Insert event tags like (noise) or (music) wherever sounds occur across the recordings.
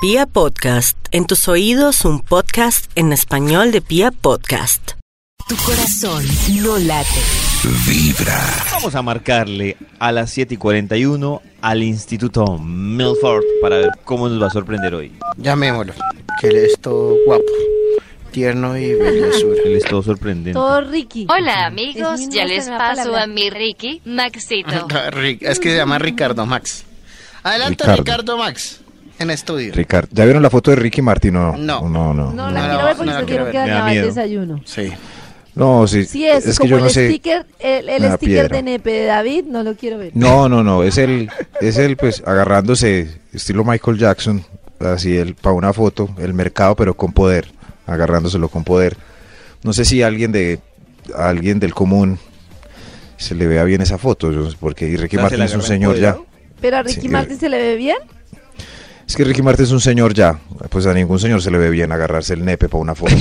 Pia Podcast, en tus oídos un podcast en español de Pia Podcast. Tu corazón no late. Vamos a marcarle a las 7 y 41 al Instituto Milford para ver cómo nos va a sorprender hoy. Llamémoslo, que él es todo guapo, tierno (laughs) y bellezura. Él es todo sorprendente. Todo Ricky. Hola Es amigos, mi ya nuestra les nueva paso palabra. a mi Ricky (laughs) Maxito. Ah, Ric- Es que se llama Ricardo Max. Adelante, Ricardo, Ricardo. Max, en estudio. Ricardo, ¿ya vieron la foto de Ricky Martin? No, No. no, no. No, No, la No, quiero no, ver porque no la se quiero quiero ver. que Me da ganaba el miedo. desayuno. Sí, (laughs) sí, Sí, es, es que como yo el no sé. sticker, el, el Me da sticker piedra. de Nepe de David, no lo quiero ver. No, no, no, es el, es el pues agarrándose, estilo Michael Jackson, así él, para una foto, el mercado, pero con poder, agarrándoselo con poder. No sé si alguien de, a alguien del común se le vea bien esa foto, yo no sé, porque y Ricky O sea, ¿se Martin la es un agarra señor ya. empoderado? Pero a Ricky Sí, Martin eh. se le ve bien. Es que Ricky Martin es un señor ya, pues a ningún señor se le ve bien agarrarse el nepe para (laughs) una foto.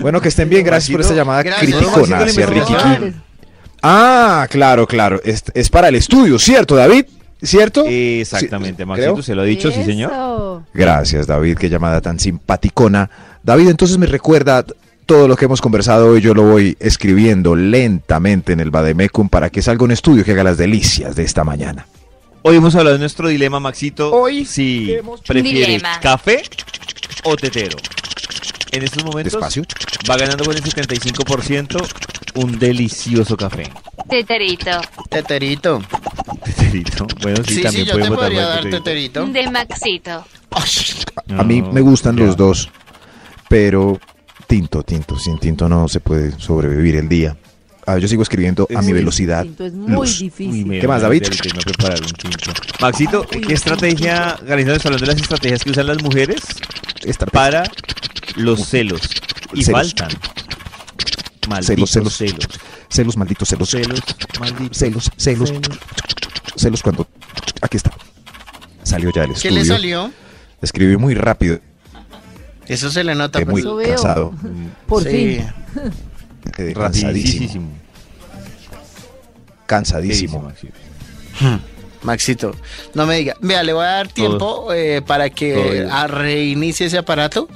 bueno, que estén bien, gracias por esta llamada Gracias. criticona Maxito, le hacia metió Ricky. mano. King. Ah, claro, claro. Es, es para el estudio, ¿cierto, David? ¿Cierto? Exactamente, Sí, Maxito, creo. se lo ha dicho, sí señor. Eso. Gracias, David, qué llamada tan simpaticona. David, entonces me recuerda todo lo que hemos conversado hoy, yo lo voy escribiendo lentamente en el Bademecum para que salga un estudio que haga las delicias de esta mañana. Hoy hemos hablado de nuestro dilema, Maxito. Hoy si hemos- prefieres Dilema. café o tetero. En estos momentos Despacio. va ganando con el 75% un delicioso café. (laughs) Teterito. teterito. Teterito. Bueno, Pues sí, Sí, sí, también yo te podemos podría dar votar por teterito. teterito. De Maxito. A mí No, me gustan ya. los dos, pero tinto, tinto, sin tinto no se puede sobrevivir el día. Ah, yo sigo escribiendo a Sí. mi velocidad. Tinto es muy Luz. Uy, difícil. me ¿Qué más, van a David? hacer el tema preparar un tinto. Maxito, ¿qué estrategia, Garizano, hablando de las estrategias que usan las mujeres Esta- para los celos? Y Celos. faltan. Malditos celos, Celos, celos. celos. Celos, malditos celos. Celos, malditos Celos, celos, celos cuando... Aquí está. Salió ya el ¿Qué estudio. le salió? Escribí muy rápido, Eso se le nota. pues. eh, muy Eso veo. cansado, Por sí. fin. eh, cansadísimo, Mm, Rapidísimo. cansadísimo. Maxito, no me diga. Vea, le voy a dar tiempo eh, para Todo que bien. a- reinicie ese aparato.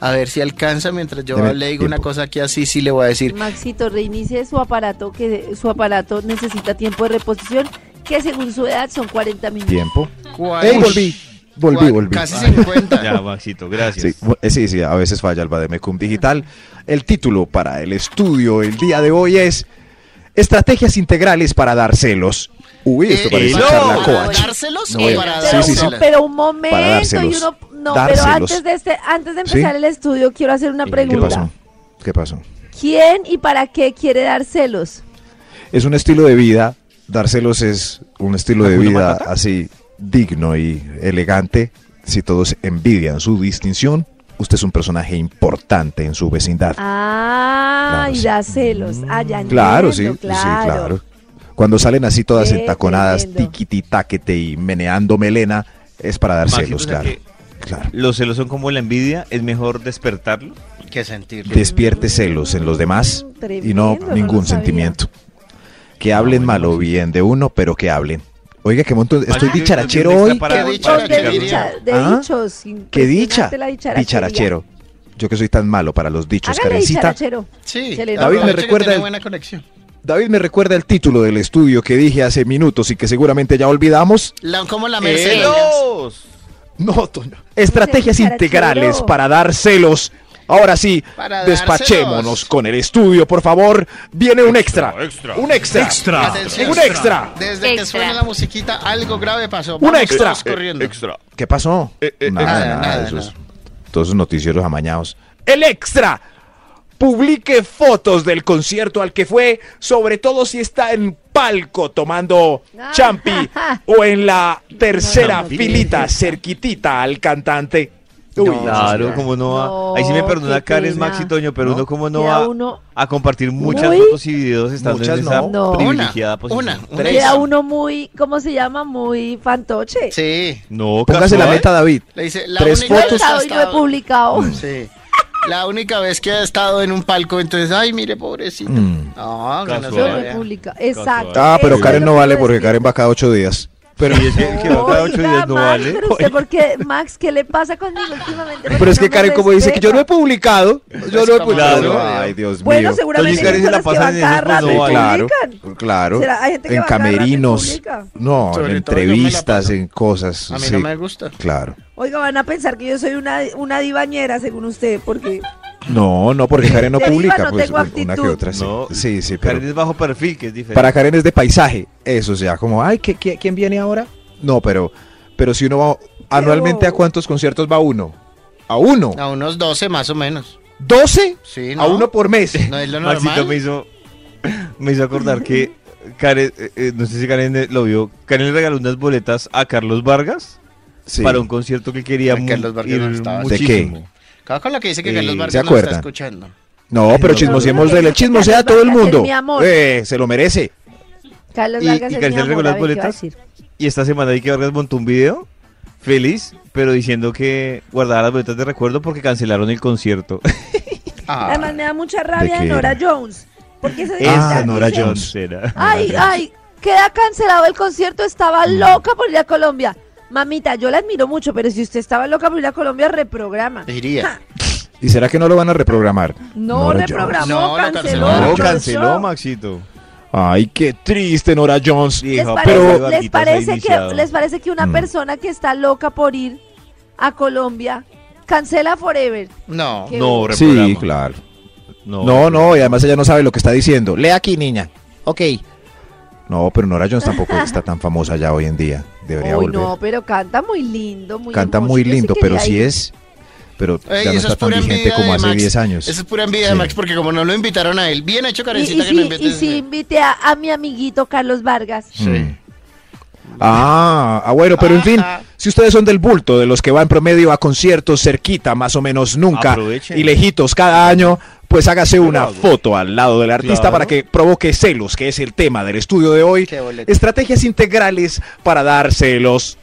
A ver si alcanza mientras yo Deme le digo una tiempo. cosa aquí así, sí le voy a decir. Maxito, reinicie su aparato, que su aparato necesita tiempo de reposición, que según su edad son 40 minutos. Tiempo. ¿Cuál- ¡Ey, volví! Volví, cuál- volví. Casi 50. Ya, Maxito, gracias. Sí, bu- eh, sí, sí, a veces falla el Bademecum Digital. El título para el estudio el día de hoy es Estrategias integrales para dar celos. Uy, esto Eh, parece no. charla ¿Para coach. dárselos No, o eh, para pero, sí, sí, sí. dárselas? pero un momento, Para y dárselos. uno, no, Dárselos. pero antes de este, antes de empezar ¿Sí? Eh, el estudio, quiero hacer una ¿Qué ¿Qué pregunta. pasó? ¿Qué pasó? ¿Quién y para qué quiere dar celos? Es un estilo de vida. Dar celos es un estilo de ¿Hakuna vida Matata? así digno y elegante. Si todos envidian su distinción, usted es un personaje importante en su vecindad. Ah, Claro, y sí. da celos. Ah, ya Mm. Claro, sí, entiendo, sí, claro. Cuando salen así todas Qué entaconadas, tremendo. tiquititáquete y meneando melena, es para dar Maxito, celos, o sea claro. que claro. Los celos son como la envidia, es mejor despertarlo. que sentirlo. Despierte celos en los demás Mm, y no tremendo, no lo ningún sabía. sentimiento. Que hablen mal o bien de uno, pero que hablen. Oiga, qué montón. Estoy Maxito, dicharachero ¿tienes hoy. extra para- Qué Montón de, Dicharachero. dicha, de Ah, dichos. ¡Qué dicha! impresionante la dicharachería. Dicharachero. Yo que soy tan malo para los dichos, Hágale Karencita. dicharachero. Sí, Se le David me aprovecha que recuerda tiene el- buena conexión. David me recuerda el título del estudio que dije hace minutos y que seguramente ya olvidamos. La, como Eh, la Mercedes. ¡Celos! No, Toño. Estrategias Dicharachero. integrales para dar celos. Ahora sí, Para dar despachémonos celos. con el estudio, por favor. Viene un extra. Un extra. Atención. Ah, Un extra. Desde que Extra. suena la musiquita, algo grave pasó. Un extra. todos corriendo. ¿Qué pasó? nada, nada, nada, nada, esos- Todos esos noticieros amañados. El extra. Publique fotos del concierto al que fue, sobre todo si está en palco tomando Ah. champi o en la tercera Champi. filita, cerquitita al cantante. Uy, Claro, como no va. No, Ahí sí me perdona qué Karen, pena. Max y Toño, pero ¿No? uno como no Queda va uno- a compartir muchas Muy- fotos y videos estando Muchas en esa no. No. privilegiada Una, posición. una, una. Tres. Queda uno muy, ¿cómo se llama? Muy fantoche. Sí. No, Póngase la casual. meta, David. Le dice, la Tres única fotos. vez Hasta ha hoy no he estado- publicado. Sí. La única vez que ha estado en un palco, entonces, ay, mire, pobrecito. Mm. No, no, no se Casual. Yo no lo he vea. publicado. Exacto. Ah, pero Eso Karen es no lo que vale quiero porque Eh, decir. Karen va cada ocho días. Pero, Y es que el que va cada ocho Oiga, días no Max, vale. Pero usted, ¿por qué, Max, ¿qué le pasa conmigo últimamente? ¿Por pero qué es no que me Karen, como dice que yo no he respeta? publicado, yo no he Claro. publicado. Ay, Dios Bueno, seguramente Doña hay Karen se personas la que pasan van en cada esos, pues, rato no y vale. claro, publican. claro. ¿Será? Hay gente que en va cada rato y camerinos, publica. no, Sobre en todo yo me la entrevistas, paso. en cosas. A mí sí, no me gusta. Claro. Oiga, van a pensar que yo soy una, una divañera, según usted, porque No, no, porque (laughs) Karen no Deriva, publica, no pues tengo una que actitud. otra sí. No. sí, sí, pero Karen es bajo perfil, que es diferente. para Karen es de paisaje, eso, o sea, como, ay, ¿qué, qué- quién viene ahora? No, pero, pero si uno va anualmente a cuántos conciertos va uno, a uno, A unos 12 más o menos. 12, Sí, a ¿no? uno por mes. (laughs) No es lo Maxito me normal. hizo, (laughs) me hizo acordar que Karen, eh, eh, no sé si Karen eh, lo vio, Karen le regaló unas boletas a Carlos Vargas Sí. para un concierto que quería Ay, mu- Carlos Vargas ir no estaba. ¿De qué? muchísimo. Cada con la que dice que Eh, Carlos ¿se Vargas lo acuerdan? está escuchando. No, pero chismosemos de él, chismosea a todo el mundo. Mi amor. Eh, se lo merece. Carlos Y- Vargas y es mi Cartel amor, regular a ver, ¿qué va a boletas. decir? Y esta semana Dicky Vargas montó un video feliz, pero diciendo que guardaba las boletas de recuerdo porque cancelaron el (laughs) concierto. Ah, Además me da mucha rabia qué de Nora era? Jones. Porque ese día Ah, ya Nora dice, Jones. Mm. Era. Ay, ah, ay, queda cancelado el concierto, estaba loca por ir a Colombia. Mamita, yo la admiro mucho, pero si usted estaba loca por ir a Colombia, reprograma. iría. Ja, ¿Y será que no lo van a reprogramar? No Eh, Nora Jones. reprogramó, No, lo canceló. cancelaron. No, rechazó. canceló Maxito. Ay, qué triste, Nora Jones. ¿Les Dijo, parece, pero- Vargas les está parece que, iniciado. les parece que una Mm. persona que está loca por ir a Colombia cancela forever? No. Qué No, reprograma. Sí, claro. No, No, no, y además ella no sabe lo que está diciendo. Lea aquí, niña. Ok. No, pero Nora Jones (laughs) tampoco está tan famosa ya hoy en día. Debería Uy, volver. no, pero canta muy lindo, muy Canta hermoso. muy Yo sí lindo, quería pero sí ir. es. Pero Ey, ya no eso está es tan pura vigente envidia como de hace Max. 10 años. Eso es pura envidia de Sí. Max porque como no lo invitaron a él. Bien hecho, Y, Karencita, y que sí, lo y invitaste. sí invité a, a mi amiguito Carlos Vargas. Sí. Mm. Ah, ah, bueno, pero en fin, Ajá. si ustedes son del bulto, de los que van promedio a conciertos cerquita, más o menos nunca, Aprovechen. y lejitos cada año, pues hágase una hago. foto al lado del artista Claro. para que provoque celos, que es el tema del estudio de hoy. Qué boleto. Estrategias integrales para dar celos.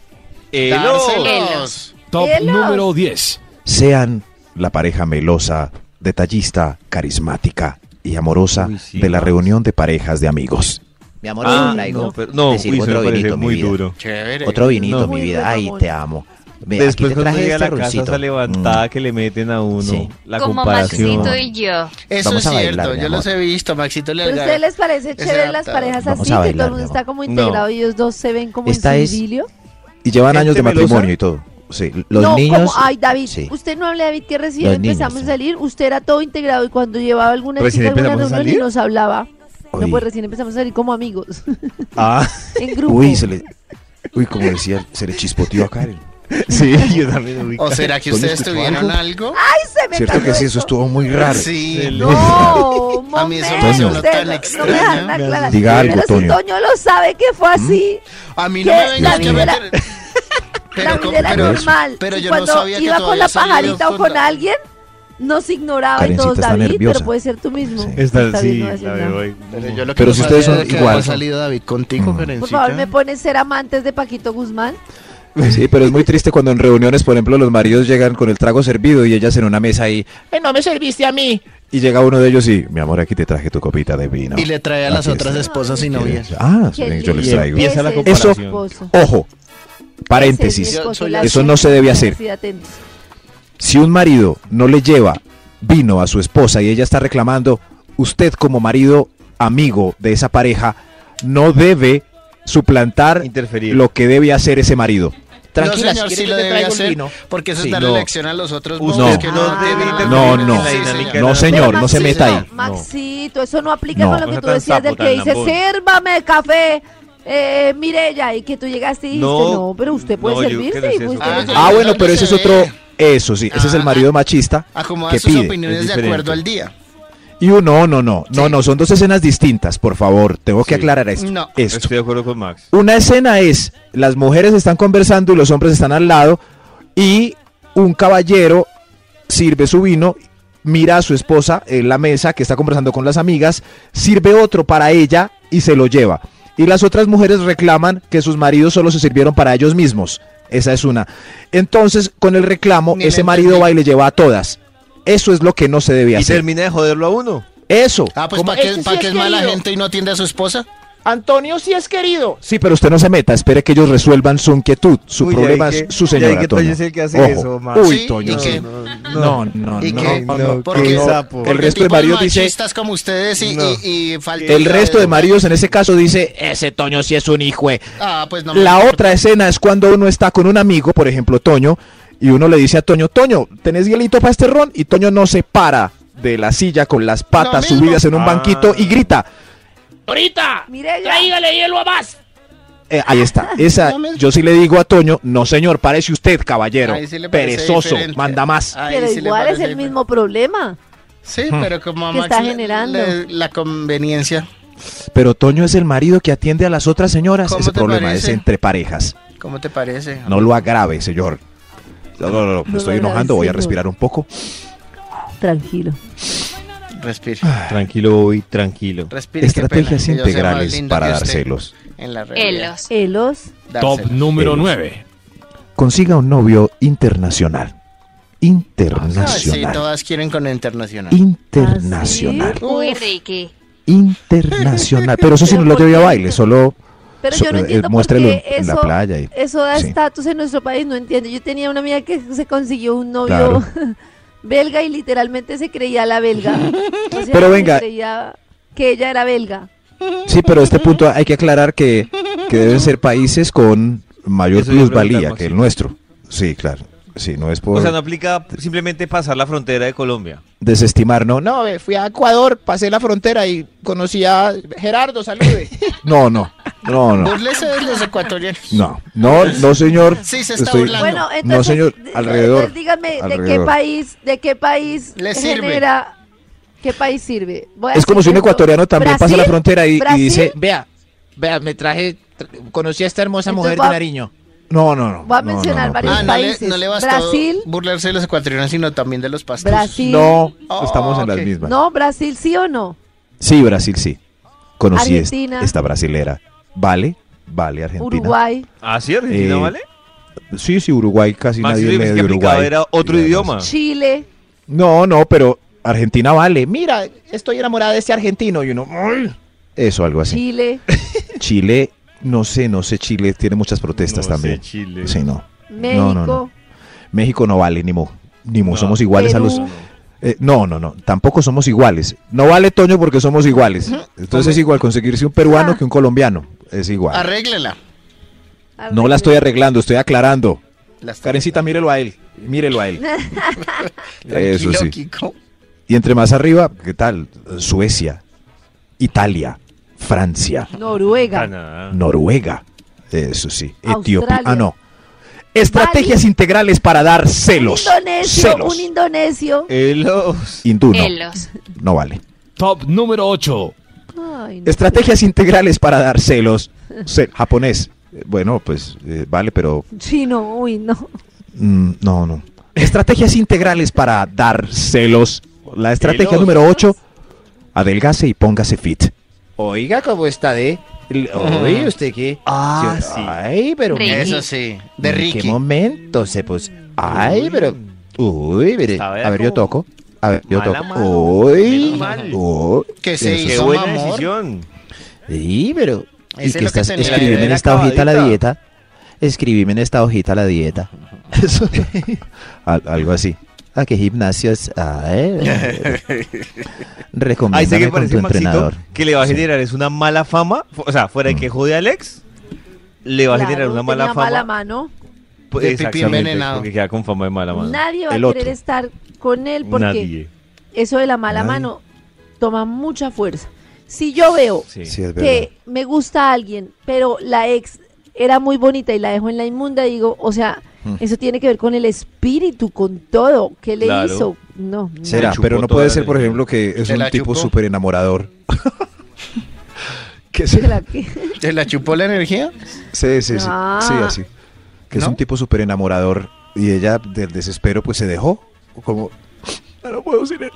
Dárselos. Top Cielos. número 10. Sean la pareja melosa, detallista, carismática y amorosa Uy, sí, de la Max. reunión de parejas de amigos. Mi amor, Ah, te no, traigo. pero, no, te sirvo uy, se me otro parece vinito, mi muy vida. duro. Chévere. Otro vinito, No. mi Muy vida. buen Ay, amor. te amo. Ve, Después aquí te cuando traje llega a este la casa roncito. esa levantada Mm. que le meten a uno, Sí. la Como comparación. Maxito y yo. Eso Vamos es a bailar, cierto. mi yo los amor. he visto. Maxito le ¿Pero a alga- ustedes les parece Ese chévere las adaptador. parejas Vamos así? que a todo bailar, el mundo mi está amor. como No. integrado y ellos dos se ven como Esta en es- idilio. Y llevan ¿Gente años de melosa? matrimonio y todo. Sí, los no, niños- Como, ay, David, sí. usted no habla, David, que recién Los niños, empezamos sí. a salir. Usted era todo integrado y cuando llevaba alguna ¿Recién chica a alguna empezamos a reunión y salir? nos hablaba. Oye. No, pues recién empezamos a salir como amigos, (laughs) Ah, en grupo. Uy, se le, uy, como decía, se le chispoteó a Karen. (laughs) sí, yo también lo vi. ¿O será que Toño, ustedes ¿escuchó tuvieron algo? ¡Ay, (laughs) se me Cierto cayó que sí, esto! eso estuvo muy raro. Sí. Excelente. No, un (laughs) A mí eso me momento, sonó usted tan no- extraño. no me dejan aclarar. Diga algo, Pero si Toño. ¿Mm? Toño lo sabe que fue así. A mí ¿Qué? no me vengas La que a videra- meter- Pero la como- vida era pero- normal. pero y yo no cuando sabía que iba tú con la habías salido pajarita o con con la- alguien, nos ignoraba Karencita y todos, está David, nerviosa. pero puede ser tú mismo. Sí. Está, sí, no decir la nada. veo ahí. Mm. Pero yo lo que Pero no si ustedes sabía son era que igual, había son- salido David contigo, Mm. Por Karencita. favor, me pones ser amantes de Paquito Guzmán. Sí, pero es muy triste cuando en reuniones, por ejemplo, los maridos llegan con el trago servido y ellas en una mesa ahí, "Eh, no me serviste a mí. Y llega uno de ellos y, mi amor, aquí te traje tu copita de vino. Y le trae a las Aquí otras está. esposas y ¿Quieres? novias. Ah, Qué yo les lindo. traigo. Empieza la Ese es mi comparación. esposo. Ojo, Ese es paréntesis. mi esposo, Yo soy la Eso no gente se debe hacer. así de atentos. Si un marido no le lleva vino a su esposa y ella está reclamando, usted como marido amigo de esa pareja no debe suplantar Interferir. lo que debe hacer ese marido. no, señor, sí lo debe hacer, porque eso Sí, es darle no. lección a los otros Usted bobos no. que no Ah. deben interferir No, en no. la Sí, dinámica señor. No, de- señor, Pero no se Maxito, meta ahí. Maxito, eso no aplica No. con lo No que sea tú tan decías sapo, del que tan dice, lambón. sírvame café, eh, Mirella, y que tú llegaste y dijiste, No, no, pero usted puede no, yo creo que no servirse. es y eso. usted Ah, no- Ah, bueno, pero No ese es se otro, ve. eso sí, ese es el Ah. marido machista Acomoda que sus pide. opiniones Es de acuerdo diferente. al día. Y un no, no, no, no, no, son dos escenas distintas, por favor, tengo Sí. que aclarar esto. No. esto. Estoy de acuerdo con Max. Una escena es las mujeres están conversando y los hombres están al lado y un caballero sirve su vino, mira a su esposa en la mesa que está conversando con las amigas, sirve otro para ella y se lo lleva. Y las otras mujeres reclaman que sus maridos solo se sirvieron para ellos mismos. Esa es una. Entonces, con el reclamo, Ni le ese marido entendí. va y le lleva a todas. Eso es lo que no se debe Y hacer. termina de joderlo a uno. Eso. Ah, pues ¿Cómo? ¿para qué, Este sí pa' qué es es mala querido. gente y no atiende a su esposa? Antonio sí es querido. Sí, pero usted no se meta, espere que ellos resuelvan su inquietud. Su Uy, ya problema vi es que- ya su vi señora, que Toño Toño. es el que hace Ojo. eso, ma. Uy, Sí, Toño. ¿y qué? No, no, no. ¿Y no, qué? no, No, no, ¿por que qué? no. Sapo. El resto de Mario dice... como ustedes y, No. y, y falta El resto de maridos en ese caso dice, ese Toño sí es un hijo. eh". Ah, pues no me- La otra escena es cuando uno está con un amigo, por ejemplo Toño, y uno le dice a Toño, Toño, ¿tenés hielito para este ron? Y Toño no se para de la silla con las patas mismo. subidas en un Ah. banquito y grita. Ah. Ahorita, Mire, ya. tráigale hielo a más. Eh, ahí está. Esa, No me- yo sí le digo a Toño, no señor, parece usted, caballero. Ahí sí le parece perezoso, diferente. Ah. manda más. Ahí Pero sí le igual es parece el diferente. mismo problema. Sí, Hmm. pero como a Que Max está le- generando. le- la conveniencia, Pero Toño es el marido que atiende a las otras señoras. ¿Cómo Ese te problema parece? es entre parejas. ¿cómo te parece? No lo agrave, señor. No, no, no, no, me No estoy lo agrave, enojando, voy a señor. respirar un poco. Tranquilo. Respira. Tranquilo, Bobby, tranquilo. Respira. qué pena, Estrategias que yo sea más integrales lindo para que dar usted celos. En la realidad. Elos. Elos. Dárselas. número 9. Consiga un novio internacional. No, sí, Internacional. todas quieren con internacional. Internacional. Uf. Uy, Ricky. Internacional. Pero eso (laughs) sí Pero no lo ¿por lleve a qué? baile, solo Pero so- yo no eh, entiendo por muéstrelo qué en eso, la playa. y- eso da sí. estatus en nuestro país, no entiendo. Yo tenía una amiga que se consiguió un novio Claro. (laughs) belga y literalmente se creía la belga. O sea, Pero se venga. creía que ella era belga. Sí, pero (laughs) a este punto hay que aclarar que, que deben ser países con mayor Eso iba a plusvalía preguntar, que el Maxito. nuestro. Sí, claro. Sí, no es por O sea, no aplica simplemente pasar la frontera de Colombia. desestimar, no, no, No, eh, fui a Ecuador, pasé la frontera y conocí a (laughs) Gerardo, salude. no, no, (laughs) no, no, Burlese de los ecuatorianos. no, no, no, señor. Sí, se está Estoy- burlando. Bueno, entonces, eh, no, señor, d- alrededor. entonces dígame de qué alrededor. país, de qué país Le sirve. genera, qué país sirve. Voy a Es como si decir un esto. ecuatoriano también pasa la ¿Brasil? frontera y, y ¿Brasil? dice, Vea, vea, me traje, tra- conocí a esta hermosa Entonces mujer va- de Nariño. no, no, no. Voy a no, no, mencionar no, varios Ah, pero- no le, países. no le bastó Brasil. burlarse de los ecuatorianos, sino también de los pastos. Brasil. No, Oh, estamos en ok. las mismas. No, Brasil sí o no. Sí, Brasil, sí. Conocí es- Argentina. esta brasilera. Vale, vale, Argentina. Uruguay. ¿Ah, sí, Argentina, Eh, ¿vale? Sí, sí, Uruguay, casi Maxi nadie Rivas, me que de aplicaba Uruguay. era otro Y además- idioma. Chile. No, no, pero Argentina vale. Mi- Mira, estoy enamorada de este argentino y uno. "Ay". Eso, algo así. Chile. Chile, no sé, no sé, Chile tiene muchas protestas No sé, también. Chile. Sí, no. México. (laughs) No, no, no. México no vale, ni mo. Ni mo, No. somos iguales a los... Perú. Eh, no, no, no, tampoco somos iguales. No vale Toño porque somos iguales. Entonces es igual conseguirse un peruano que un colombiano. Es igual. Arréglela. No la estoy arreglando, estoy aclarando. La está- Karencita, mírelo a él. Mírelo a él. (laughs) Eso Tranquilo, sí. Kiko. Y entre más arriba, ¿qué tal? Suecia, Italia, Francia, Noruega. Canadá. Noruega. Eso sí. Etiopía. Australia. Ah, no. Estrategias integrales para dar celos. Indonesio, celos. un indonesio. ¿eh? Elos. Hindú, no, Elos. no vale. Top número 8. Eh, Ay, no. Estrategias integrales para dar celos. Ce- japonés. Eh, Bueno, pues eh, vale, pero Chino, uy, no. Mm, no, no. Estrategias integrales para dar celos. La estrategia Celos. número 8, adelgase y póngase fit. Oiga, ¿cómo está de? L- Oye, ¿usted qué? Ah, sí. Ay, pero. Ricky. Eso sí. De ¿en ¿Qué Ricky. momento se puso? Ay, pero. Uy, mire. A ver, A ver, yo ¿cómo? toco. A ver, yo Mala toco. mano. Uy, Menos mal. uy, Que se eso Qué hizo, buena amor. decisión. Sí, pero. Ese Y es que lo que estás tenía, escribime en era esta hojita la acabadita. dieta. Escribime en esta hojita la dieta. Eso. Al- algo así. Ah, qué gimnasios. Ay, eh. Ahí sé que Recomiéndame con parece tu Maxito entrenador. que le va a Sí. Mm. generar es una mala fama. O sea, fuera de que jode a Alex, le va a Claro, generar una mala tenía fama. mala mano. Pues, De pipí exactamente, envenenado. Porque queda con fama de mala mano. Nadie va El a otro. querer estar con él porque Nadie. eso de la mala Nadie. mano toma mucha fuerza. Si yo veo Sí. Sí, es verdad. que me gusta a alguien, pero la ex era muy bonita y la dejó en la inmunda, digo, o sea, Mm. eso tiene que ver con el espíritu, con todo. ¿Qué le Claro. hizo? No, no. Será, chupó pero no toda puede la ser, por leche. ejemplo, que es ¿Se un la tipo chupó? súper enamorador. (laughs) (laughs) que se, ¿Será (laughs) que- ¿Te la chupó la energía? Sí, sí, sí. Ah. Sí, así. Que es ¿No? un tipo súper enamorador y ella del desespero pues se dejó. Como, "Ya no puedo sin él".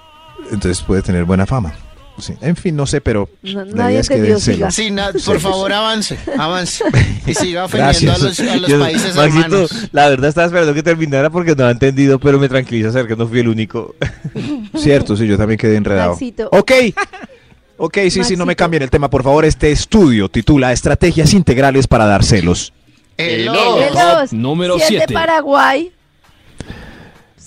Entonces puede tener buena fama. Sí. En fin, no sé, pero No, la nadie idea es que entendió, den celos. Sí, na- Sí, por sí, favor, sí. avance. (laughs) Avance. Y siga ofendiendo a los, Gracias. a los Yo- países Maxito, hermanos. la verdad estaba esperando que terminara porque no ha entendido, pero me tranquiliza saber que no fui el único. Cierto, sí, yo también quedé enredado. Maxito. Ok. Ok, sí, sí, no me Maxito. cambien el tema, por favor. Este estudio titula Estrategias integrales para dar celos. Veloz. número Si es de siete. Paraguay.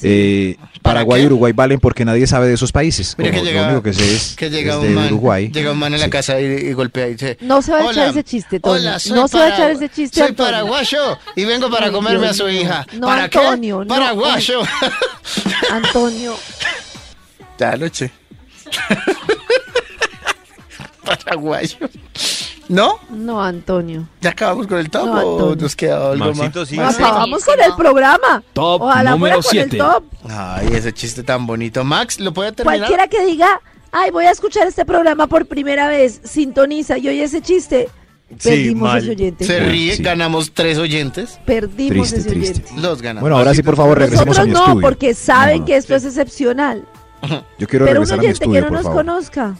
Eh, Paraguay y qué? Uruguay valen porque nadie sabe de esos países. Mira que Como Lo llega, único que sé es, que llega es un de man, Uruguay. llega un man a la casa y, y golpea y dice, No se va a "Hola, echar ese chiste, Toño. hola, soy No se va a echar paragua- ese chiste, Soy Antonio. paraguayo y vengo para Ay, comerme Dios a su mío. hija. No, ¿Para Antonio, qué? no. (laughs) Paraguayo. Antonio. Ya lo eché. (laughs) Paraguayo. ¿No? No, Antonio. ¿Ya acabamos con el top No, o Antonio. nos queda algo Maxito, sí. No, Maxito. acabamos con el programa. Top Ojalá fuera número con el siete. top. más? Ay, ese chiste tan bonito. Max, ¿lo puede terminar? Cualquiera que diga, ay, voy a escuchar este programa por primera vez, sintoniza y oye ese chiste, Sí, perdimos mal. ese oyente. Se Bueno, ríe, sí. ganamos tres oyentes. Perdimos Triste, ese triste. oyente. Los ganamos. Bueno, ahora sí, por favor, regresemos Nosotros a mi no, estudio. porque saben No, que esto es excepcional. Yo quiero Pero un regresar a mi oyente que estudio, no por nos favor. conozca.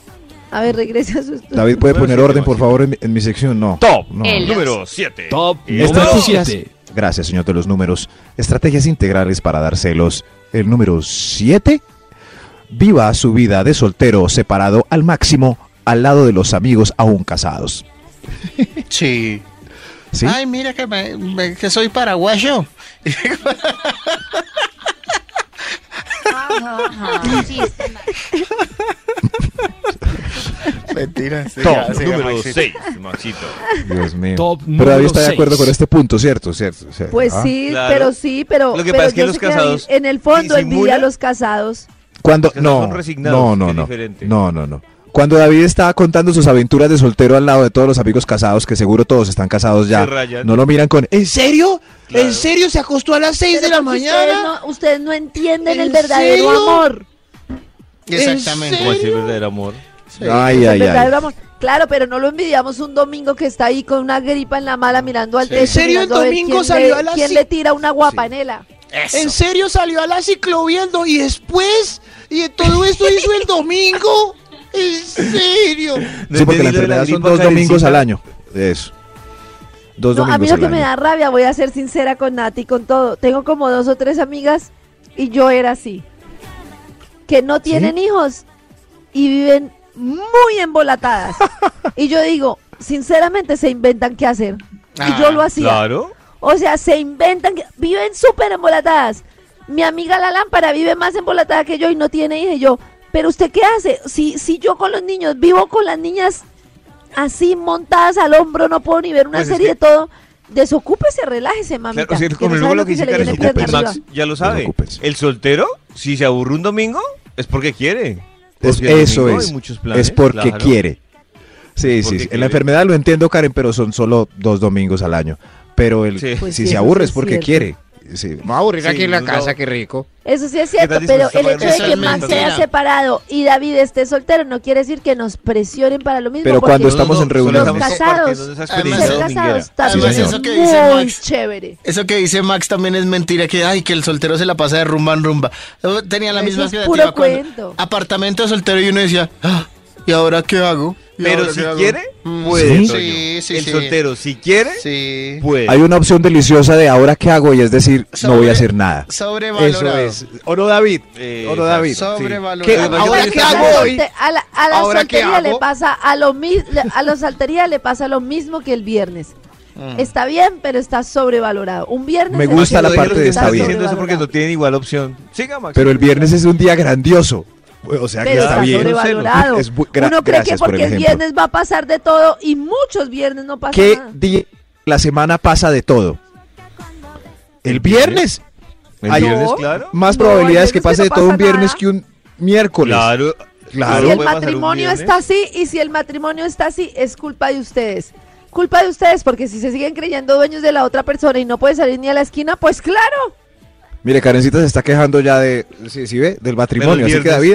A ver, regrese a su estudio. David, ¿puede Bueno, poner sí, orden, Maxito. por favor, en mi, en mi sección? No. Top. No. El- Número 7. Top Eh, número Estrategias. 7. Gracias, señor de los números. Estrategias integrales para dar celos. El número 7. Viva su vida de soltero separado al máximo al lado de los amigos aún casados. Sí. ¿Sí? Ay, mira que, me- me- que soy paraguayo. Mentira. Top número 6, Maxito. Dios mío. Top Pero David número está de acuerdo seis. con este punto, ¿cierto? ¿Cierto? O sea, Pues ah. sí, Claro. pero sí, pero, Lo que pero pasa es que yo los sé David, casados en el fondo envidia a disimulan. los casados. Cuando Los que no, son resignados, no, que no, es no, diferente. no, no, no. Cuando David está contando sus aventuras de soltero al lado de todos los amigos casados, que seguro todos están casados ya, Se rayan. no lo miran con ¿En serio? Claro. ¿En serio se acostó a las 6 de Pero la porque mañana? Ustedes no, ustedes no entienden ¿En el verdadero serio? amor. Exactamente. ¿En ¿Cómo así el verdadero amor? eh, ay, el ay, ay. verdadero amor. Claro, pero no lo envidiamos un domingo que está ahí con una gripa en la mala mirando al Sí. techo. ¿En serio el mirando a ver domingo quién le- salió a las ¿Quién cin- le tira una guapanela? Eso. ¿En serio salió a la cicloviendo y después? ¿Y todo esto hizo el domingo? ¿En serio? Sí, porque la Entendí lo de la enfermedad son gripa dos domingos carecita. al año. Eso. Dos No, a mí domingos lo al que me año. da rabia, voy a ser sincera con Nati, con todo. Tengo como dos o tres amigas y yo era así. Que no tienen hijos y viven muy (laughs) embolatadas. y yo digo, sinceramente se inventan qué hacer. Ah, y yo lo hacía. Claro. O sea, se inventan, que- viven súper embolatadas. Mi amiga la lámpara vive más embolatada que yo y no tiene hija. Y yo, ¿pero usted qué hace? Si, si yo con los niños vivo con las niñas así montadas al hombro, no puedo ni ver una Pues es serie que- de todo. Desocúpese, relájese, mamita. Claro, o sea, que no como sabe luego lo lo que que dice se le viene Karen, en pierna ocupen, arriba. Max, ya lo sabe. Preocúpense. El soltero, si se aburre un domingo, es porque quiere. Es- Porque el eso domingo hay es. muchos planes, es porque claro. quiere. Porque Sí, sí, sí. En quiere. la enfermedad lo entiendo, Karen, pero son solo dos domingos al año. Pero el, Sí. Pues si sí, se eso aburre sí es es porque cierto. quiere. Sí. a aburrir Sí, aquí en la no. casa, qué rico. Eso sí es cierto, tal si pero nos el tapa hecho de de risa? que Max Mentira. sea separado y David esté soltero no quiere decir que nos presionen para lo mismo. Pero porque cuando estamos en solo reuniones. estamos Los casados. compartiendo esa Además, experiencia ser dominguera. casados también señor. es Eso que dice muy Max. chévere. Eso que dice Max también es mentira, que ay, que el soltero se la pasa de rumba en rumba. Yo Tenía la Eso misma es creativa puro cuando- cuento. apartamento de soltero y uno decía, "Ah, ¿y ahora qué hago? ¿Y Pero ahora si qué hago?" quiere, Mm, puede. Sí, Toño. sí, sí, El sí. soltero, si quiere, Sí. puede. Hay una opción deliciosa de ahora qué hago y es decir, no voy Sobre- a hacer nada. Sobrevalorado. ¿O no, David? Eh, ¿O no, David? Sobrevalorado. ¿Qué- Pero yo ¿Ahora creo qué que A la hago hoy? solte- A la, a la ¿Ahora qué soltería le hago? pasa a lo mis- le- a la soltería le pasa lo mismo que el viernes. Está bien, pero está sobrevalorado. Un viernes Me es gusta que la Lo el parte dijeron que de viernes está están bien. diciendo eso porque no sobrevalorado. tienen igual opción. Siga, Max. Pero el viernes es un día grandioso. O sea que Pero está está bien. sobrevalorado. Es bu- gra- Uno cree que gracias por el porque el ejemplo. viernes va a pasar de todo y muchos viernes no pasa ¿Qué nada. día de la semana pasa de todo? ¿El viernes? El Hay viernes, No. claro. más No, probabilidades hay veces que que pase no de todo pasa un viernes nada. que un miércoles. Claro. Claro. si el puede pasar un matrimonio viernes. está así y si el matrimonio está así es culpa de ustedes. Culpa de ustedes porque si se siguen creyendo dueños de la otra persona y no puede salir ni a la esquina, pues claro. Mire, Karencita se está quejando ya de, si ve, del matrimonio. Así que viernes. David,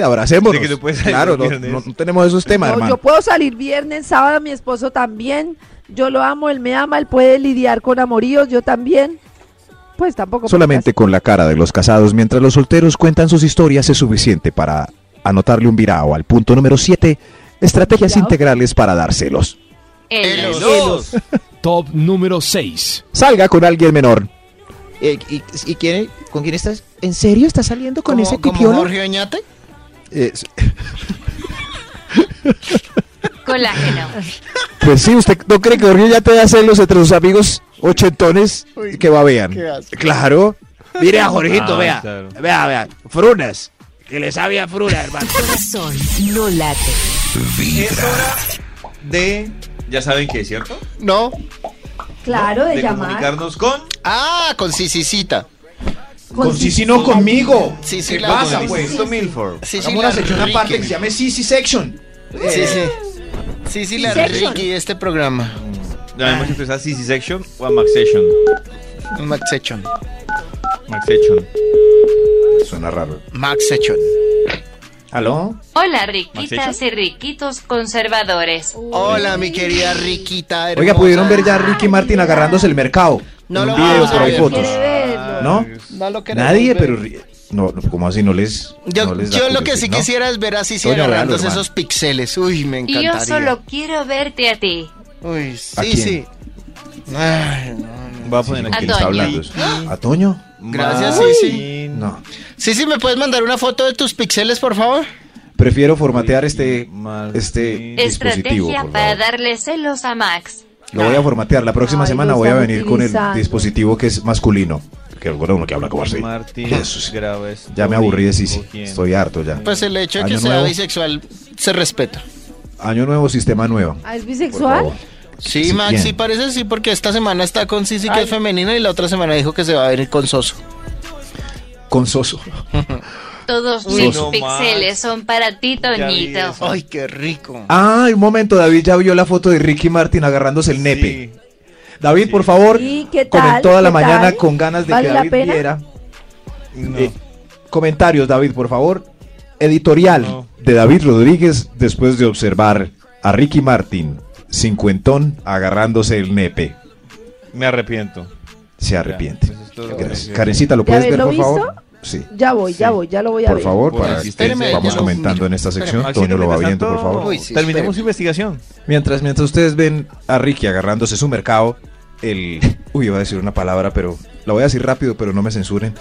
De abracémonos. que no puede salir claro, los no, viernes. no- no tenemos esos temas, No, hermano. yo puedo salir viernes, sábado, mi esposo también. Yo lo amo, él me ama, él puede lidiar con amoríos, yo también. Pues tampoco. porque Solamente con la cara de los casados mientras los solteros cuentan sus historias es suficiente para anotarle un virao al punto número 7, estrategias ¿Virao? integrales para dárselos. Elos. Elos. Dos. Top número 6. Salga con alguien menor. Eh, y, y quién- con quién estás? ¿En serio estás saliendo con como- ese como pipiolo? Jorge Oñate? Eh, s- Colágeno. Pues sí, ¿usted no cree que Jorge ya te da celos entre sus amigos ochentones Uy, que babean? qué asco. Claro. Mire a Jorgito, Ah, vea. claro. Vea, vea. Frunas. Que le sabía a frunas, hermano. Corazón no late. Es hora de. Ya saben que es cierto. No. Claro, de, de llamar. comunicarnos con. Ah, con Sisicita. Con- Sisi no conmigo. Sí, Ah, sí, ¿Qué la- pasa, con pues? Listo, Milford. Sí, Hagamos una sección aparte que se llame Sisi Section. Sí, sí. Sí, sí, la Section. Ricky de este programa. Además, Ah. que es a CC Section o a Max Section. Max Section. Max Section. Suena raro. Max Section. ¿Aló? Hola, ¿Max riquitas y riquitos conservadores. Uh. Hola, mi querida Riquita. Oiga, hermosa. pudieron ver ya a Ricky Martin agarrándose el mercado. No En un lo video vamos a por ahí ver. fotos. Quiere verlo. ¿No? No lo queremos Nadie, ver. pero. Ri- No, no, ¿cómo así? No les. Yo, no les da yo lo que curiosidad, sí ¿no? quisiera es ver a Sisi Toño, véalo, agarrándose hermano. esos pixeles. Uy, me Y encantaría. yo solo quiero verte a ti. Uy, ¿A sí, quién? sí. Ay, no, no. Va a poner ¿Con aquí. quién Toño. está hablando eso? ¿Ah? ¿A Toño? Gracias, Martín. Sisi. No. Sisi, ¿me puedes mandar una foto de tus pixeles, por favor? Prefiero formatear este. Martín. Este. Dispositivo, Estrategia por para favor. darle celos a Max. Lo Ah. voy a formatear. La próxima Ay, semana lo voy a están venir con el utilizando. dispositivo que es masculino. Que bueno, uno que habla como así. Martín. Eso sí. Graba Ya me aburrí de Sisi. ¿O quién? Estoy harto ya. Pues el hecho de que Año sea Ah, nuevo. bisexual se respeta. Año nuevo, sistema nuevo. Ah, ¿Es Por bisexual? favor. Sí, Sí, Max, bien. sí parece sí, porque esta semana está con Sisi, que es femenina, y la otra semana dijo que se va a venir con Soso. Con Soso. Todos Uy, mis no, Max. pixeles son para ti, Ya vi Toñito. eso. Ay, qué rico. Ah, un momento, David ya vio la foto de Ricky Martin agarrándose el nepe. David, por favor, Sí, ¿qué tal? comentó a la ¿Qué mañana tal? con ganas de ¿Vale que la David pena? viera. Sí. No. Eh, comentarios, David, por favor. Editorial No. de David Rodríguez después de observar a Ricky Martin, cincuentón, agarrándose el nepe. Me arrepiento. Se arrepiente. Ya, pues, esto- Gracias. Karencita, ¿lo ¿Ya puedes ves, ver, lo por visto? favor? Sí. Ya voy, ya Sí. voy, ya lo voy a Por ver. favor, Buena para asistencia. que vamos Espéreme, comentando en esta sección. Maxito, Toño lo va mientras viendo, por tanto, favor. Uy, sí, Terminemos espérame. su investigación. Mientras, mientras ustedes ven a Ricky agarrándose su mercado, el... Uy, iba a decir una palabra, pero la voy a decir rápido, pero no me censuren.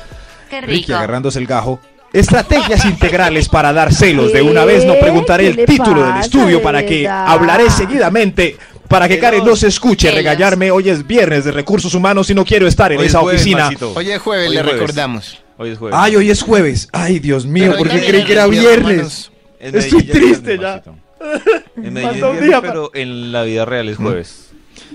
Qué Ricky rico. agarrándose el gajo. Estrategias integrales para dar celos. De una vez no ¿Qué? preguntaré ¿Qué el le título del pasa, estudio de para que verdad? hablaré seguidamente. Para que Karen no se escuche Celos. regañarme. Hoy es viernes de recursos humanos y no quiero estar en Hoy es esa jueves, oficina. Maxito. Hoy es jueves, Hoy le es jueves. recordamos. Hoy es jueves. Ay, hoy es jueves. Ay, Dios mío, Pero hoy porque también creí es que era viernes, viernes. hermanos. En estoy Medellín es triste viernes, ya. Maxito. En Medellín es Falta un viernes, día pa- pero en la vida real es jueves.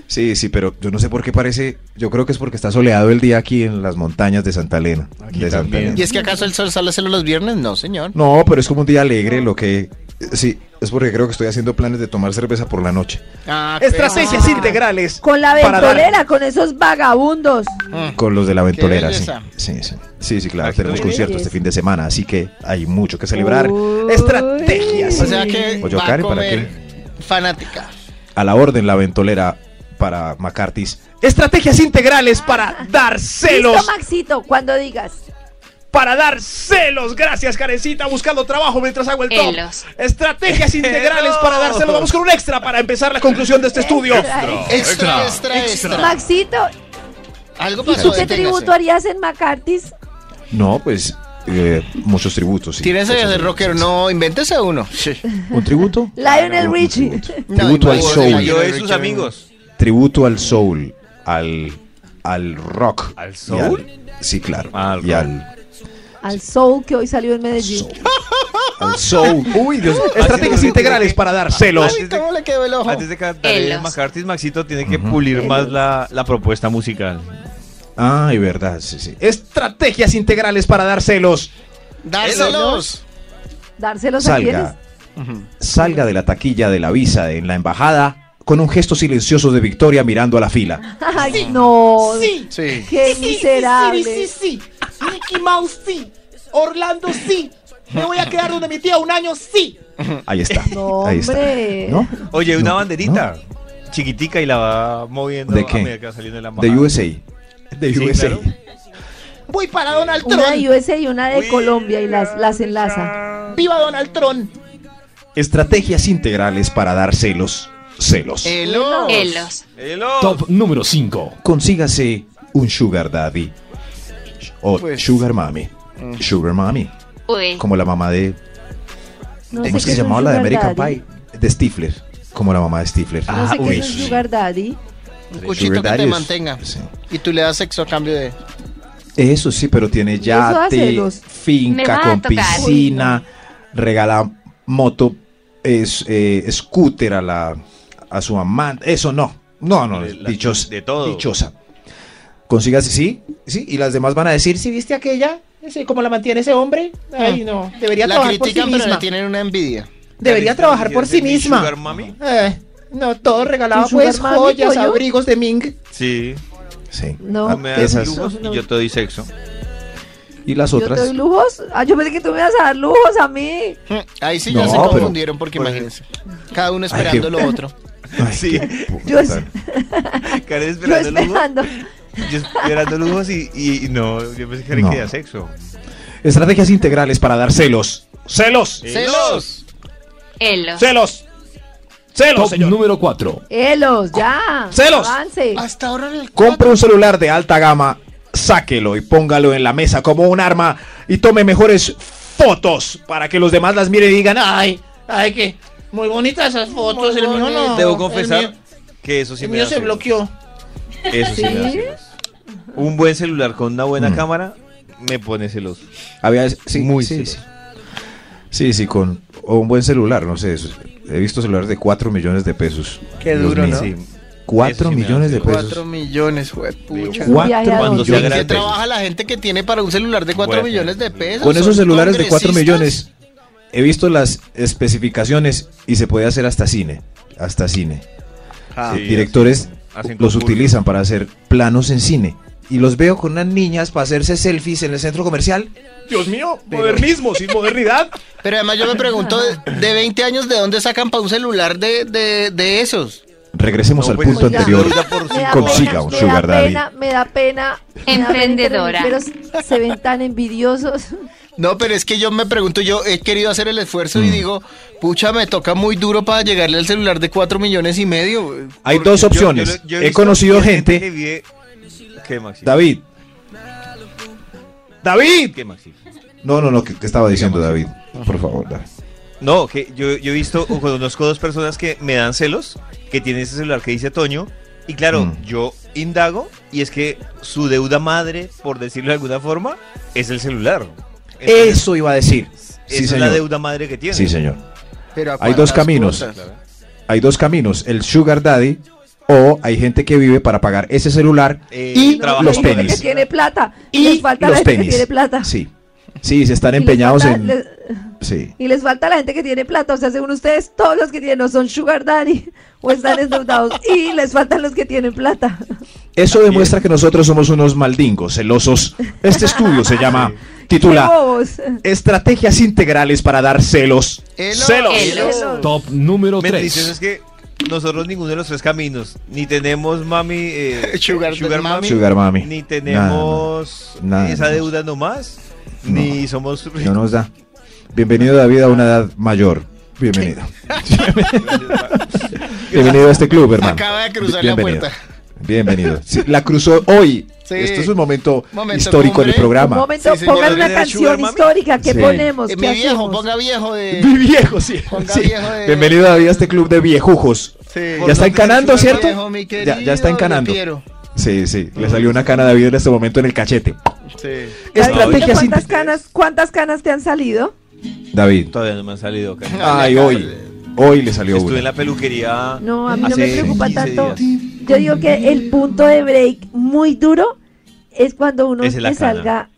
Sí, sí, pero yo no sé por qué parece. Yo creo que es porque está soleado el día aquí en las montañas de Santa Elena. Aquí de Santa también. Elena. ¿Y es que acaso el sol sale solo los viernes? No, señor. No, pero es como un día alegre lo que... Sí, es porque creo que estoy haciendo planes de tomar cerveza por la noche. Ah, Estrategias integrales. Con la para dar- ventolera, con esos vagabundos. Mm. Con los de la ventolera, sí. belleza. Sí, sí. Sí, sí, Ah, claro. Aquí tenemos también. conciertos este fin de semana, así que hay mucho que celebrar. Uy. Estrategias. O sea que Oye, va a Karen, ¿para comer fanática. A la orden la ventolera para McCarthy's. Estrategias integrales para dar celos. Listo, Maxito, cuando digas. Para dar celos. Gracias, Karencita, buscando trabajo mientras hago el top. Celos. Estrategias integrales para dar celos. Vamos con un extra para empezar la conclusión de este estudio. Extra. Extra, extra, extra. Maxito, Algo ¿y pasó. tú qué deténgase. tributo harías en McCarthy's? No, pues eh, muchos tributos. Sí. Tienes que Muchos ser tributos, rockero. sí. No, invéntese uno. ¿Un tributo? Lionel Un Richie. tributo. No, Tributo al imagínate, soul. Yo y sus amigos. tributo al soul, al, al rock. ¿Al y soul? sí, claro. Ah, al y rock. al Al Soul que hoy salió en Medellín. soul. (laughs) al soul. Uy, Dios. Estrategias Maxito, integrales para dar celos. Uy, ¿Cómo le quedó el ojo? Antes de cantar el Elos. McCarthy, Maxito tiene que pulir más la, la propuesta musical. Ay, verdad, sí, sí. Estrategias integrales para dar celos. Dárselos. Dárselos a quienes. Salga. Salga de la taquilla de la visa en la embajada con un gesto silencioso de victoria mirando a la fila. (laughs) Ay, no. Sí. Qué miserable. Sí, sí, sí, sí. Mickey Mouse, sí. Orlando, sí. Me voy a quedar donde mi tía un año, sí. Ahí (laughs) está. No, ahí está. hombre. ¿No? Oye, una No, banderita chiquitica y la va moviendo ¿De a qué? medida que va saliendo de la De embajada. USA. De Sí, USA. claro. Voy para Donald Una Trump. de USA y una de Colombia y las, las enlaza. Viva Donald Trump. Estrategias integrales para dar celos. Celos. Eh. Elos. Celos. ¡Elo! Top número 5. consígase un sugar daddy o Pues- sugar mommy. Sugar mommy, Uy. como la mamá de No ¿cómo es sé qué que se es un llamaba la de sugar American Ah, daddy. Pie? De Stifler. como la mamá de Stifler. Ah, No sé qué es un sugar daddy. Un Sugar cuchito que daddy te es- mantenga. sí. Y tú le das sexo a cambio de. Eso sí, pero tiene yate, hácelos. Me va finca a con tocar. piscina, regala moto, es, eh, scooter a la a su amante. Eso no, no, no, De la- dichos- de todo. dichosa. Consigas, sí, sí, y las demás van a decir, ¿Sí viste aquella? Ese- ¿Cómo la mantiene ese hombre? Ay, no. Debería La trabajar por sí critican, pero le misma. tienen una envidia. Debería trabajar por sí misma. Sugar Mami? Eh, no, todo regalaba ¿Tu sugar pues mami, joyas, pollo? abrigos de Ming. Sí. sí, No, Tú Ah, me das esas lujos y yo te doy sexo. y las ¿Yo te otras. doy lujos? Ah, yo pensé que tú me ibas a dar lujos a mí. Mm, Ahí sí No, ya se pero- confundieron porque imagínense. Cada uno esperando qué- lo otro. Ay, Sí. qué puta. Yo es- Karen Yo esperando lujos. esperando. Yo esperando lujos y, y- y no, yo pensé que Karen No. quería sexo. Estrategias integrales para dar celos. Celos, ¡Celos! Elo. celos, celos, Top señor. número 4. Elos, ya. Celos. Avance. Hasta ahora en el Compre un celular de alta gama, sáquelo y póngalo en la mesa como un arma y tome mejores fotos para que los demás las miren y digan, ay, Ay, que muy bonitas esas fotos. Muy el mío no. bonito. Debo El confesar mío- que eso sí El me mío da se celos. bloqueó. Eso sí, me da ¿Sí? celos. Un buen celular con una buena Mm. cámara me pone celoso. Había sí, Muy sí, sí. celoso. Sí, sí, con o un buen celular, no sé. eso- He visto celulares de 4 millones de pesos. Qué Dios duro, mío. ¿no? Sí. 4 Eso sí me da millones de celos. pesos. 4 millones, Digo, Viaje juepucha. a 4 dónde. millones Cuando de sea ¿Qué grande. pesos. trabaja la gente que tiene para un celular de 4 Buena millones de señora. pesos? Con esos ¿Son celulares de 4 congresistas? millones he visto las especificaciones y se puede hacer hasta cine, hasta cine. Ah, Sí, Directores hacen los concursos. utilizan para hacer planos en cine y los veo con unas niñas para hacerse selfies en el centro comercial. Dios mío, modernismo sin modernidad. Pero además yo me pregunto, de, de 20 años, ¿de dónde sacan para un celular de, de, de esos? Regresemos No, al pues, punto oiga, anterior. deuda por Me da pena, cinco Consiga un me da sugar daddy. pena, me da pena. Emprendedora. Pero se ven tan envidiosos. No, pero es que yo me pregunto, yo he querido hacer el esfuerzo y digo, pucha, me toca muy duro para llegarle al celular de 4 millones y medio. Hay Porque dos yo- yo opciones. lo- yo he visto conocido que hay gente, que vive- ¿Qué, Maxi? David. David. ¿Qué, Maxi? No, no, no, que te estaba diciendo David. Por favor, David. No, que yo, yo he visto, o (laughs) conozco dos personas que me dan celos, que tienen ese celular que dice Toño, y claro, Mm. yo indago, y es que su deuda madre, por decirlo de alguna forma, es el celular. Entonces, Eso iba a decir. esa Sí, es la señor. deuda madre que tiene. Sí, señor. Pero ¿a Hay cuántas dos caminos. cosas? Hay dos caminos, el sugar daddy o hay gente que vive para pagar ese celular Eh, y trabaja los La gente tenis. Que tiene plata. Y les falta la los gente tenis. que tiene plata. Sí. Sí, se están Y les empeñados falta- en les- sí. Y les falta la gente que tiene plata. O sea, según ustedes, todos los que tienen o son sugar daddy o están endeudados. y les faltan los que tienen (laughs) plata. Eso demuestra que nosotros somos unos maldingos, celosos. Este estudio se llama ¡Qué titula bobos! Estrategias integrales para dar celos. Elo, Celos. Elo. Top número Bendiciones 3. es que nosotros ninguno de los tres caminos, ni tenemos mami, eh, (laughs) Sugar mami. Sugar mami. ni Nada, tenemos no, nada, esa no. deuda nomás, No. ni somos no, no nos da. Bienvenido David a una edad mayor. Bienvenido. (laughs) (laughs) Bienvenido a este club, hermano. Acaba de cruzar la Bienvenido. puerta. Bienvenido. Sí, la cruzó hoy. Sí. Esto es un momento, Momento histórico del cumbre. programa. Un momento, Sí, señor. pongan una ¿Tiene sugar canción mami? histórica. ¿Qué Sí. ponemos? Eh, ¿Qué mi viejo, hacemos? ponga viejo Mi de... viejo, sí. Ponga Sí. viejo de- Bienvenido David a este club de viejujos. Sí. Ya está Sugar encanando, ¿cierto? viejo, mi ya, ya está querido encanando. Piero. Sí, sí. Le salió una cana a David en este momento en el cachete. Sí. David, Estrategias ¿Cuántas inte- canas, ¿Cuántas canas te han salido? David. Todavía no me han (laughs) salido. Karen. Ah, Ay, hoy. Hoy le salió Estuve una. en la peluquería. No, a mí no hace me preocupa 15 tanto. días. Yo digo que el punto de break muy duro es cuando uno Esa es la le cana. salga.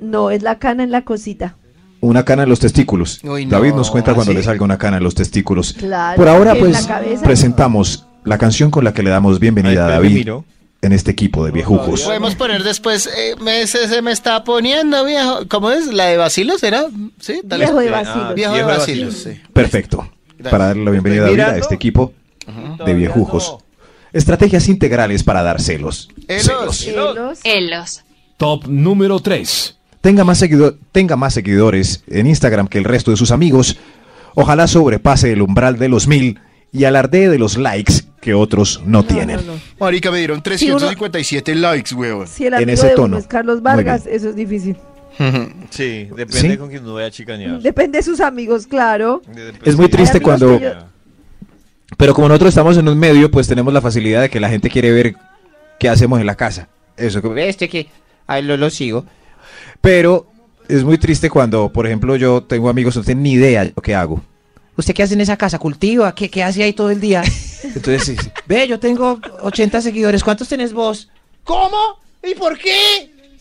No, es la cana en la cosita. Una cana en los testículos. Uy, no. ¿Ah, David nos cuenta cuando ¿Sí? le salga una cana en los testículos. Claro, Por ahora, porque en pues, la cabeza- presentamos la canción con la que le damos bienvenida Ay, a pero David miro. en este equipo de viejujos. Podemos poner después, eh, me- ese se me está poniendo viejo. ¿Cómo es? ¿La de Basilos era? Sí, tal vez. Viejo de Ah, vacilo. Viejo de Viejo de Basilos, Basilos. sí. Perfecto. Gracias. Para darle la bienvenida a David a mirando. este equipo de Todavía viejujos. no. Estrategias integrales para dar celos. Celos. Celos. Pelos. Elos. Top número 3. Tenga más, seguido- tenga más seguidores en Instagram que el resto de sus amigos. Ojalá sobrepase el umbral de los mil y alardee de los likes que otros no, tienen. Marica, me dieron Si uno- 357 likes, huevón. Si el En amigo ese de uno tono. es Carlos Muy bien. Vargas, eso es difícil. Sí, depende ¿Sí? con quién no voy a chicanear. Depende de sus amigos, claro. Depende- Es muy sí. Hay triste amigos cuando, que yo- Pero como nosotros estamos en un medio, pues tenemos la facilidad de que la gente quiere ver qué hacemos en la casa. Eso, como, este que ahí lo, lo sigo. Pero es muy triste cuando, por ejemplo, yo tengo amigos que no tienen ni idea de lo que hago. ¿Usted qué hace en esa casa? ¿Cultiva? ¿Qué, qué hace ahí todo el (laughs) día? Entonces, (laughs) sí, sí. Ve, yo tengo 80 seguidores. ¿Cuántos tenés vos? ¿Cómo? ¿Y por qué?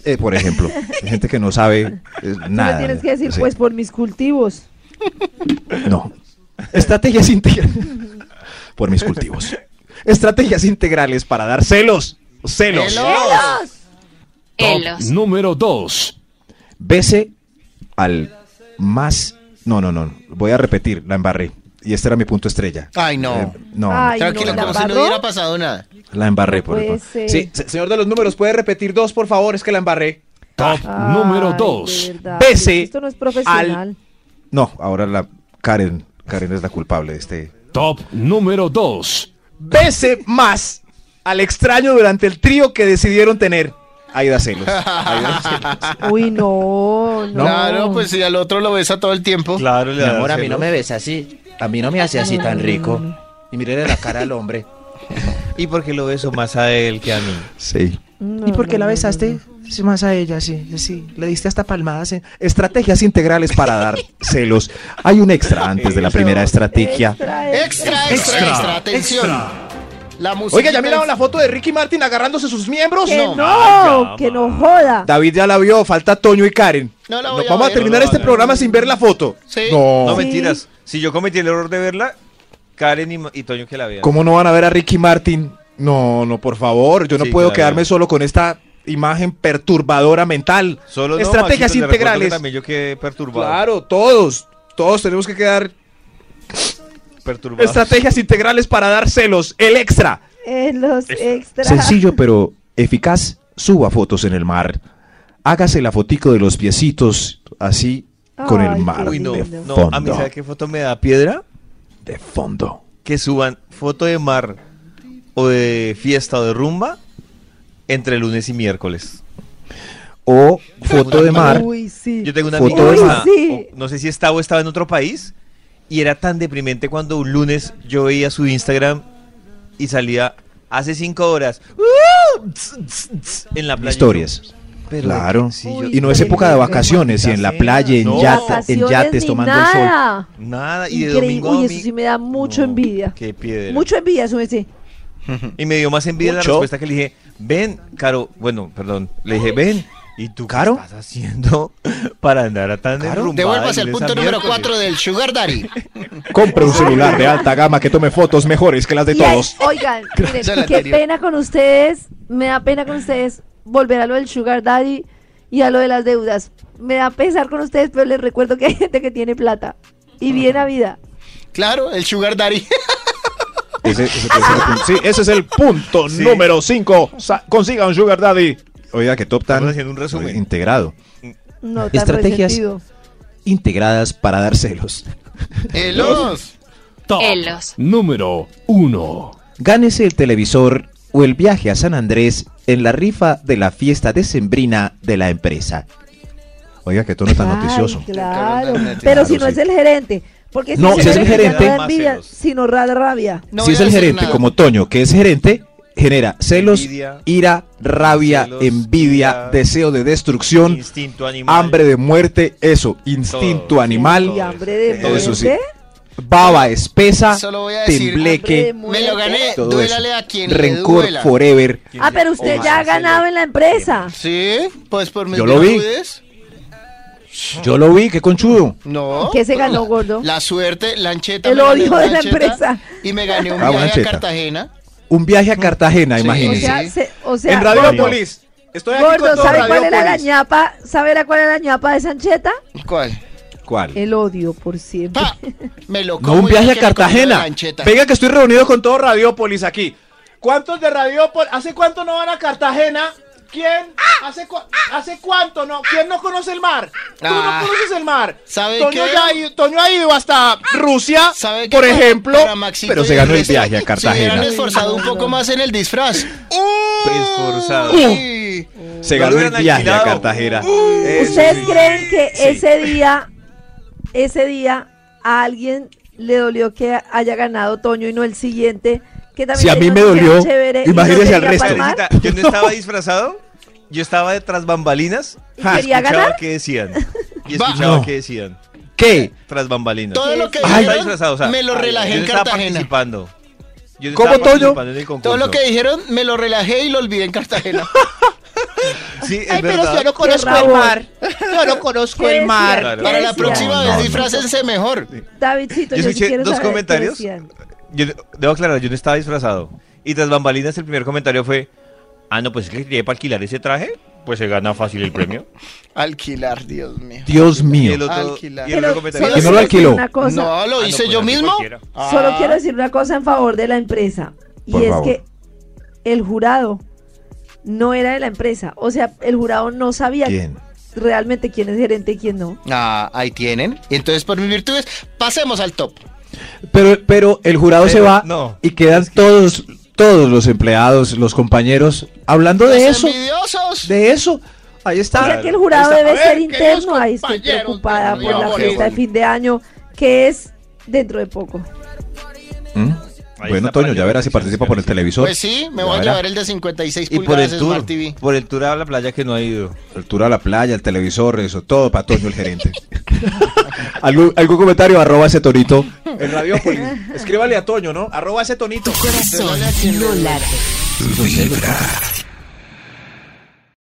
Eh, por ejemplo, hay gente que no sabe eh, Tú le nada. tienes que decir, Sí. pues por mis cultivos. No. (laughs) Estrategias integrales. (laughs) Por mis cultivos. Estrategias integrales para dar celos. Celos. Top Elos. número 2. Bese al más. No, no, no. Voy a repetir. La embarré. Y este era mi punto estrella. Ay, no. Eh, no, Ay, Tranquilo, no, ¿la como si no embarró? hubiera pasado nada. la embarré. No por puede favor. ser. Sí, se- señor de los números, ¿puede repetir dos, por favor? Es que la embarré. Top Ay, número de 2. verdad, Bese Esto no es profesional. No, ahora la Karen. Karen es la culpable de este. Top número 2. Bese más al extraño durante el trío que decidieron tener. Ahí da celos. (laughs) Ahí da celos. Uy, no, no. Claro, pues si al otro lo besa todo el tiempo. Claro, le Mi da amor, a mí no celos. me Pues ves así. A mí no me hace así tan rico. Y mírele la cara al hombre. ¿Y por qué lo beso más a él que a mí? Sí. No, ¿Y por qué no, la no, besaste más a ella? Sí, sí. Le diste hasta palmadas. en- Estrategias integrales para (laughs) dar celos. Hay un extra antes de la primera estrategia. Extra, extra, extra, atención. La música. Oiga, ¿ya miraron la foto de Ricky Martin agarrándose sus miembros? Que No, no, que no joda. David ya la vio, falta Toño y Karen. No la No, voy a vamos a ver. No terminar la este voy a programa sin ver la foto. Sí. No. No, Sí. mentiras. Si yo cometí el error de verla, Karen y, y Toño que la vean. ¿Cómo no van a ver a Ricky Martin? No, no, por favor. Yo no Sí, puedo claro. quedarme solo con esta imagen perturbadora mental. Solo no, Estrategias Maxito, le recuerdo que integrales. También yo quedé perturbado. Claro, todos. Todos tenemos que quedar. Perturbado. Estrategias integrales para dar celos. El extra. En Eh, los extras. Sencillo pero eficaz, suba fotos en el mar. Hágase la fotico de los piecitos así con Ay, el qué mar Uy, no, de lindo. no. A mí, fondo. ¿sabe qué foto me da piedra? De fondo. Que suban foto de mar o de fiesta o de rumba entre lunes y miércoles. O foto de mar. Uy, sí. Yo tengo una Foto amiga de que mar. está- Uy, sí. o- no sé si estaba o estaba en otro país y era tan deprimente cuando un lunes yo veía su Instagram y salía hace cinco horas ¡uh! tss, tss, tss, en la playa. Historias. Pero- Claro. sí, Uy, yo- Y no es época de vacaciones, y en la playa, en, No. yata- en yates, tomando el sol. el sol. Nada, y de Increíble. domingo a Uy, domi- eso sí me da mucho No, envidia. Qué piedra. Mucho envidia, eso me dice. Y me dio más envidia Mucho. la respuesta que le dije, ven, Caro, bueno, perdón, le dije, ven. ¿Y tú ¿Caro? qué estás haciendo (laughs) para andar a tan enrumbada Devuélvase de al lunes punto a número miércoles? 4 del Sugar Daddy. Compre un celular de alta gama que tome fotos mejores que las de Y ahí- todos. oigan, miren, Gracias a la qué anterior. pena con ustedes. Me da pena con ustedes volver a lo del Sugar Daddy y a lo de las deudas. Me da pesar con ustedes, pero les recuerdo que hay gente que tiene plata y viene a vida. Claro, el Sugar Daddy. Ese, ese- ese es el punto. Sí, ese es el punto Sí. número 5. Consiga un Sugar Daddy. Oiga, que top tan Estamos haciendo un resumen. integrado. No, tan Estrategias. resentido. Integradas para dar celos. Elos. Top Elos. número 1. Gánese el televisor o el viaje a San Andrés en la rifa de la fiesta decembrina de la empresa. Oiga, qué tono tan Ay, noticioso. Claro, Claro, pero si sí. no es el gerente. Porque si No, es si es el gerente, gerente- no da envidia, Más celos. sino ra- rabia. No si voy es a el decir gerente, nada. como Toño, que es gerente, genera celos, Envidia, ira, rabia, celos, envidia, ira, deseo de destrucción, Instinto animal. hambre de muerte, eso, instinto Todo, animal, Y hambre de Todo eso sí. muerte. baba espesa, Solo voy a decir- Hambre de tembleque, Me lo gané. todo eso. Duélale a quien le rencor duela. forever. Ah, pero usted ya ha ganado en la empresa. Sí, pues por mis Yo lo vi. virtudes. Yo lo vi, qué conchudo. No. ¿Qué se ganó, gordo? La suerte, la ancheta. El me gané odio una de la ancheta empresa. Y me gané un Ah, una viaje a ancheta. Cartagena. Un viaje a Cartagena, Sí. O imagínese. sea, Sí. se- o sea, en gordo, Radiopolis. Estoy aquí Gordo, con todo ¿sabe cuál era la Radiopolis. ñapa? ¿Sabe era cuál era la ñapa de Sancheta? ¿Cuál? ¿Cuál? El odio por siempre. Pa, me lo No, como un y viaje es a que me comí la Cartagena. ancheta. Venga que estoy reunido con todo Radiopolis aquí. ¿Cuántos de Radio Pol- ¿Hace cuánto no van a Cartagena? ¿Quién? ¿Hace, cu- ¿Hace cuánto no? ¿Quién no conoce el mar? Tú Ah. no conoces el mar. ¿Sabe Toño, qué? ya ha ido, Toño ha ido hasta Rusia, Ah, ¿Sabe qué por para- ejemplo. para Maxito pero y se ganó el resto, viaje a Se Cartagena. hubieran esforzado un poco más en el disfraz. Esforzado. Uy. Se No ganó lo el hubieran viaje a alquilado. Cartagena. Uh, ¿Ustedes creen que ese día, ese día, a alguien le dolió que haya ganado Toño y no el siguiente. Que también Si a mí tenía me un tema dolió, chévere y imagínese no al quería resto. palmar. Karencita, yo no estaba disfrazado, yo estaba detrás bambalinas ¿Y quería escuchaba ganar? qué decían. Y Va- escuchaba No. qué decían. ¿Qué? Tras bambalinas. Todo lo que Yo no estaba dijeron, disfrazado, o sea, me lo yo no relajé en estaba Cartagena. participando. Yo no ¿Cómo, estaba Toño? participando en el concurso. Todo lo que dijeron me lo relajé y lo olvidé en Cartagena. Sí, es Ay, pero verdad. yo no conozco Qué el rabón. (laughs) mar. Yo no conozco ¿Qué el mar. decían? Claro. ¿Qué Para la decían? próxima No, vez no. disfrácense mejor. Davidcito, Yo yo, sí escuché quiero dos saber qué comentarios. decían. Yo de- debo aclarar, yo no estaba disfrazado. Y tras bambalinas el primer comentario fue, ah, no, pues es que tiene para alquilar ese traje, pues se gana fácil el premio. Alquilar, Dios mío. Dios Y mío. el otro, y el Alquilar. otro Pero comentario solo Que no quiero lo decir alquiló. una cosa. No, lo Ah, no, hice pues yo así mismo. cualquiera. Solo Ah. quiero decir una cosa en favor de la empresa. Y Por es favor. que el jurado no era de la empresa. O sea, el jurado no sabía ¿Quién? realmente quién es gerente y quién no. Ah, ahí tienen. Entonces, por mis virtudes, pasemos al top. Pero, pero el jurado Pero, se va no. y quedan todos, todos los empleados, los compañeros, hablando de Los eso, envidiosos. de eso. Ahí está. O sea Claro. que el jurado Ahí está. debe A ver, ser queridos interno. Ahí estoy compañeros, preocupada por Dios la mío, fiesta de bueno. fin de año, que es dentro de poco. ¿Mm? Ahí Bueno, está para Toño, ya que verás si reflexiones, participa por el sí. televisor. Pues sí, me Ya voy a verá. llevar el de 56 Y por pulgadas el tour, Smart TV. por el tour a la playa que no ha ido. El tour a la playa, el televisor, eso, todo para Toño el gerente. (laughs) ¿Algún, algún comentario? Arroba ese torito. El Radiopolis. (laughs) Escríbale a Toño, ¿no? Arroba ese tonito. Tu corazón no late.